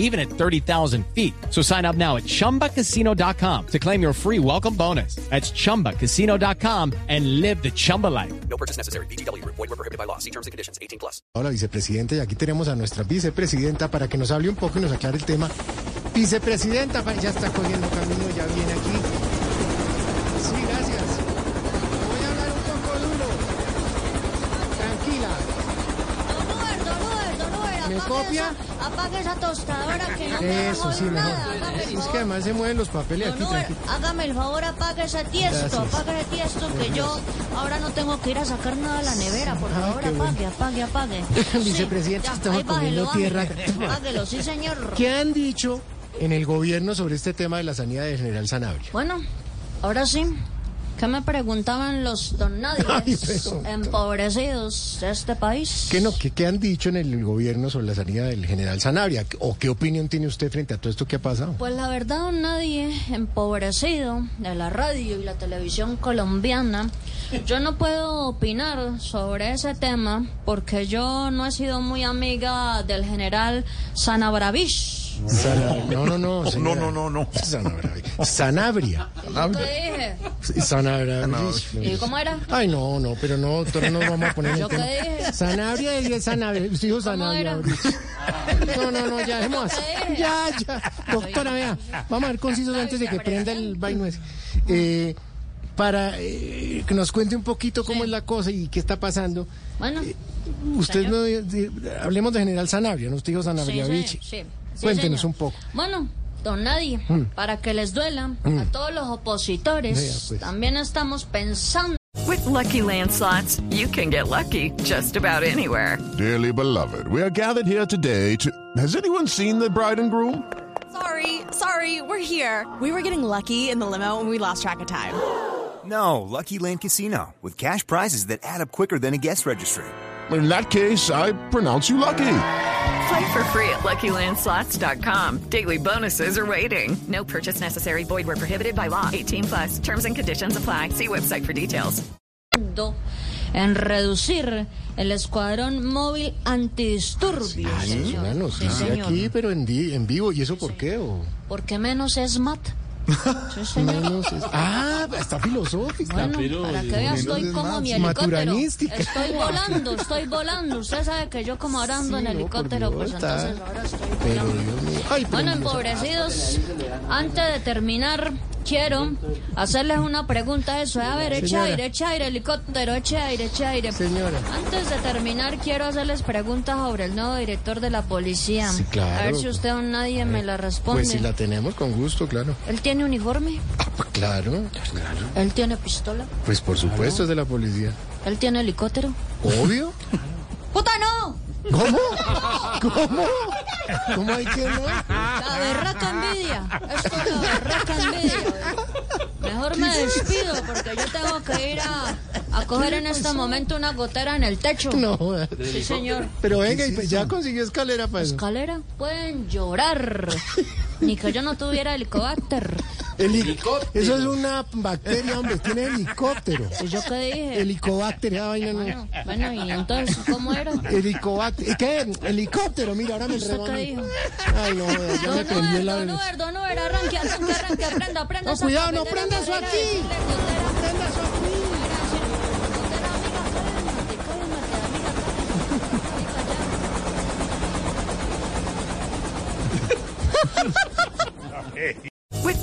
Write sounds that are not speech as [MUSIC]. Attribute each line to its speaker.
Speaker 1: even at 30,000 feet. So sign up now at ChumbaCasino.com to claim your free welcome bonus. That's ChumbaCasino.com and live the Chumba life.
Speaker 2: No purchase necessary. BGW. Void were prohibited by law. See terms and conditions. 18 plus.
Speaker 3: Hola, vicepresidente. Y aquí tenemos a nuestra vicepresidenta para que nos hable un poco y nos aclare el tema. Vicepresidenta, pa- ya está cogiendo camino, ya viene aquí. Sí, gracias. Voy a hablar un poco duro. Tranquila.
Speaker 4: Don Uber, don Uber, don Uber,
Speaker 3: ¿Me
Speaker 4: apague
Speaker 3: copia?
Speaker 4: Esa, apague esa tostadora que no me
Speaker 3: Eso,
Speaker 4: va a
Speaker 3: sí,
Speaker 4: joder
Speaker 3: mejor.
Speaker 4: nada. Hágame el
Speaker 3: Es que
Speaker 4: favor.
Speaker 3: además se mueven los papeles
Speaker 4: Don
Speaker 3: aquí,
Speaker 4: Uber,
Speaker 3: tranquila.
Speaker 4: hágame el favor, apague ese tiesto,
Speaker 3: Gracias.
Speaker 4: apague ese tiesto que yo ahora no tengo que ir a sacar nada de la nevera, por
Speaker 3: Ah,
Speaker 4: favor,
Speaker 3: qué bueno.
Speaker 4: apague, apague,
Speaker 3: [LAUGHS]
Speaker 4: apague.
Speaker 3: Vicepresidente,
Speaker 4: ya,
Speaker 3: estaba
Speaker 4: ahí
Speaker 3: comiendo
Speaker 4: bájelo, bájelo.
Speaker 3: tierra.
Speaker 4: Bájelo, sí, señor.
Speaker 3: ¿Qué han dicho en el gobierno sobre este tema de la sanidad de General Sanabria?
Speaker 4: Bueno, ahora sí. ¿Qué me preguntaban
Speaker 3: [LAUGHS]
Speaker 4: los
Speaker 3: Ay,
Speaker 4: donadies
Speaker 3: pero-
Speaker 4: empobrecidos de este país?
Speaker 3: ¿Qué, no, ¿Qué, qué han dicho en el gobierno sobre la sanidad del General Sanabria? ¿O qué opinión tiene usted frente a todo esto que ha pasado?
Speaker 4: Pues la verdad, don nadie empobrecido de la radio y la televisión colombiana. Yo no puedo opinar sobre ese tema porque yo no he sido muy amiga del general Sanabravich.
Speaker 3: Sana- No, no, no.
Speaker 5: No,
Speaker 3: señora.
Speaker 5: no, no, no.
Speaker 3: Sanabria. Sanabria.
Speaker 4: Yo te dije.
Speaker 3: Sí, Sanabria.
Speaker 4: ¿Y cómo era?
Speaker 3: Ay, no, no, pero no, doctor, no nos vamos a poner en
Speaker 4: ¿Yo qué
Speaker 3: tema.
Speaker 4: dije?
Speaker 3: Sanabria y el Sanabria. Usted dijo Sanabria.
Speaker 4: era?
Speaker 3: ahorita. No, no, no, ya dejemos así.
Speaker 4: ¿Yo qué dije?
Speaker 3: Ya, ya. Doctora, vea, vamos a ver concisos antes de que prenda el vaino ese. Eh, para eh, que nos cuente un poquito cómo es la cosa y qué está pasando.
Speaker 4: Bueno,
Speaker 3: Usted no, eh, hablemos de General Sanabria, ¿no? Usted dijo
Speaker 4: sí,
Speaker 3: Sanabria
Speaker 4: sí,
Speaker 3: Vichy.
Speaker 4: sí. Sí,
Speaker 3: Cuéntenos
Speaker 4: señor.
Speaker 3: un poco. Mm.
Speaker 4: Bueno, don Nadie, para que les duela a todos los
Speaker 3: Vea,
Speaker 4: opositores,
Speaker 3: pues.
Speaker 4: también estamos pensando.
Speaker 6: With Lucky Land slots, you can get lucky just about anywhere.
Speaker 5: Dearly beloved, we are gathered here today to. Has anyone seen the bride and groom?
Speaker 7: Sorry, sorry, we're here. We were getting lucky in the limo and we lost track of time.
Speaker 8: No, Lucky Land Casino, with cash prizes that add up quicker than a guest registry.
Speaker 5: In that case, I pronounce you lucky.
Speaker 6: Play for free at LuckyLandSlots.com. Daily bonuses are waiting. No purchase necessary. Void were prohibited by law. 18 plus. Terms and conditions apply. See website for details.
Speaker 4: trabajando en reducir el escuadrón móvil antidisturbios.
Speaker 3: Ay,
Speaker 4: señor.
Speaker 3: una
Speaker 4: Sí,
Speaker 3: noticia
Speaker 4: señor.
Speaker 3: aquí, pero en, di- en vivo. ¿Y eso por qué? o?
Speaker 4: Porque menos
Speaker 3: [LAUGHS]
Speaker 4: es mat. Sí, señor.
Speaker 3: Menos es- Ah, está filosófica.
Speaker 4: Bueno, para que veas, estoy
Speaker 5: es
Speaker 4: como
Speaker 5: mat.
Speaker 4: mi helicóptero.
Speaker 3: Maturanística.
Speaker 4: Estoy volando, estoy volando. Usted sabe que yo como ahora
Speaker 3: Sí,
Speaker 4: ando en
Speaker 3: no, por
Speaker 4: helicóptero,
Speaker 3: Dios,
Speaker 4: pues
Speaker 3: está.
Speaker 4: entonces ahora estoy
Speaker 3: Pero
Speaker 4: volando.
Speaker 3: Dios mío. Ay, pero
Speaker 4: Bueno,
Speaker 3: Dios.
Speaker 4: empobrecidos, antes de terminar, quiero hacerles una pregunta a eso. A ver, echa
Speaker 3: Señora.
Speaker 4: aire, echa aire, helicóptero, echa aire, echa aire.
Speaker 3: Señora.
Speaker 4: Antes de terminar, quiero hacerles preguntas sobre el nuevo director de la policía.
Speaker 3: Sí, claro.
Speaker 4: A ver si usted o nadie me la responde.
Speaker 3: Pues si la tenemos con gusto, claro.
Speaker 4: ¿Él tiene uniforme?
Speaker 3: Ah, pues claro. claro.
Speaker 4: ¿Él tiene pistola?
Speaker 3: Pues por supuesto es de la policía.
Speaker 4: ¿Él tiene helicóptero?
Speaker 3: Obvio.
Speaker 4: ¡Puta no!
Speaker 3: ¿Cómo? ¿Cómo? ¿Cómo hay que no?
Speaker 4: La berraca envidia. Esto es la berraca envidia. Mejor me despido porque yo tengo que ir a, a coger en este momento una gotera en el techo.
Speaker 3: No, jodas.
Speaker 4: Sí, señor.
Speaker 3: pero venga, y pues ya consiguió escalera para eso.
Speaker 4: Escalera, pueden llorar. Ni que yo no tuviera helicóptero.
Speaker 3: Helicóptero. Eso es una bacteria, hombre. Tiene helicóptero.
Speaker 4: ¿Y yo qué dije?
Speaker 3: Helicobacter, esa vaina no.
Speaker 4: Bueno, bueno, y entonces, ¿cómo era?
Speaker 3: Helicobacter. ¿Qué? Helicóptero, mira, ahora me
Speaker 4: ¿Usted
Speaker 3: enredó a
Speaker 4: qué
Speaker 3: mí.
Speaker 4: dijo?
Speaker 3: Ay, no, jodas, ya me
Speaker 4: Don
Speaker 3: prendí
Speaker 4: Uber,
Speaker 3: el
Speaker 4: don
Speaker 3: labio.
Speaker 4: Uber, don Uber, arranque, arranque, arranque, aprenda, aprenda.
Speaker 3: No,
Speaker 4: esa
Speaker 3: cuidado, no
Speaker 4: cafetera,
Speaker 3: prenda eso
Speaker 4: cafetera,
Speaker 3: aquí.
Speaker 4: decirle, gotera,
Speaker 3: Prenda eso aquí.
Speaker 6: With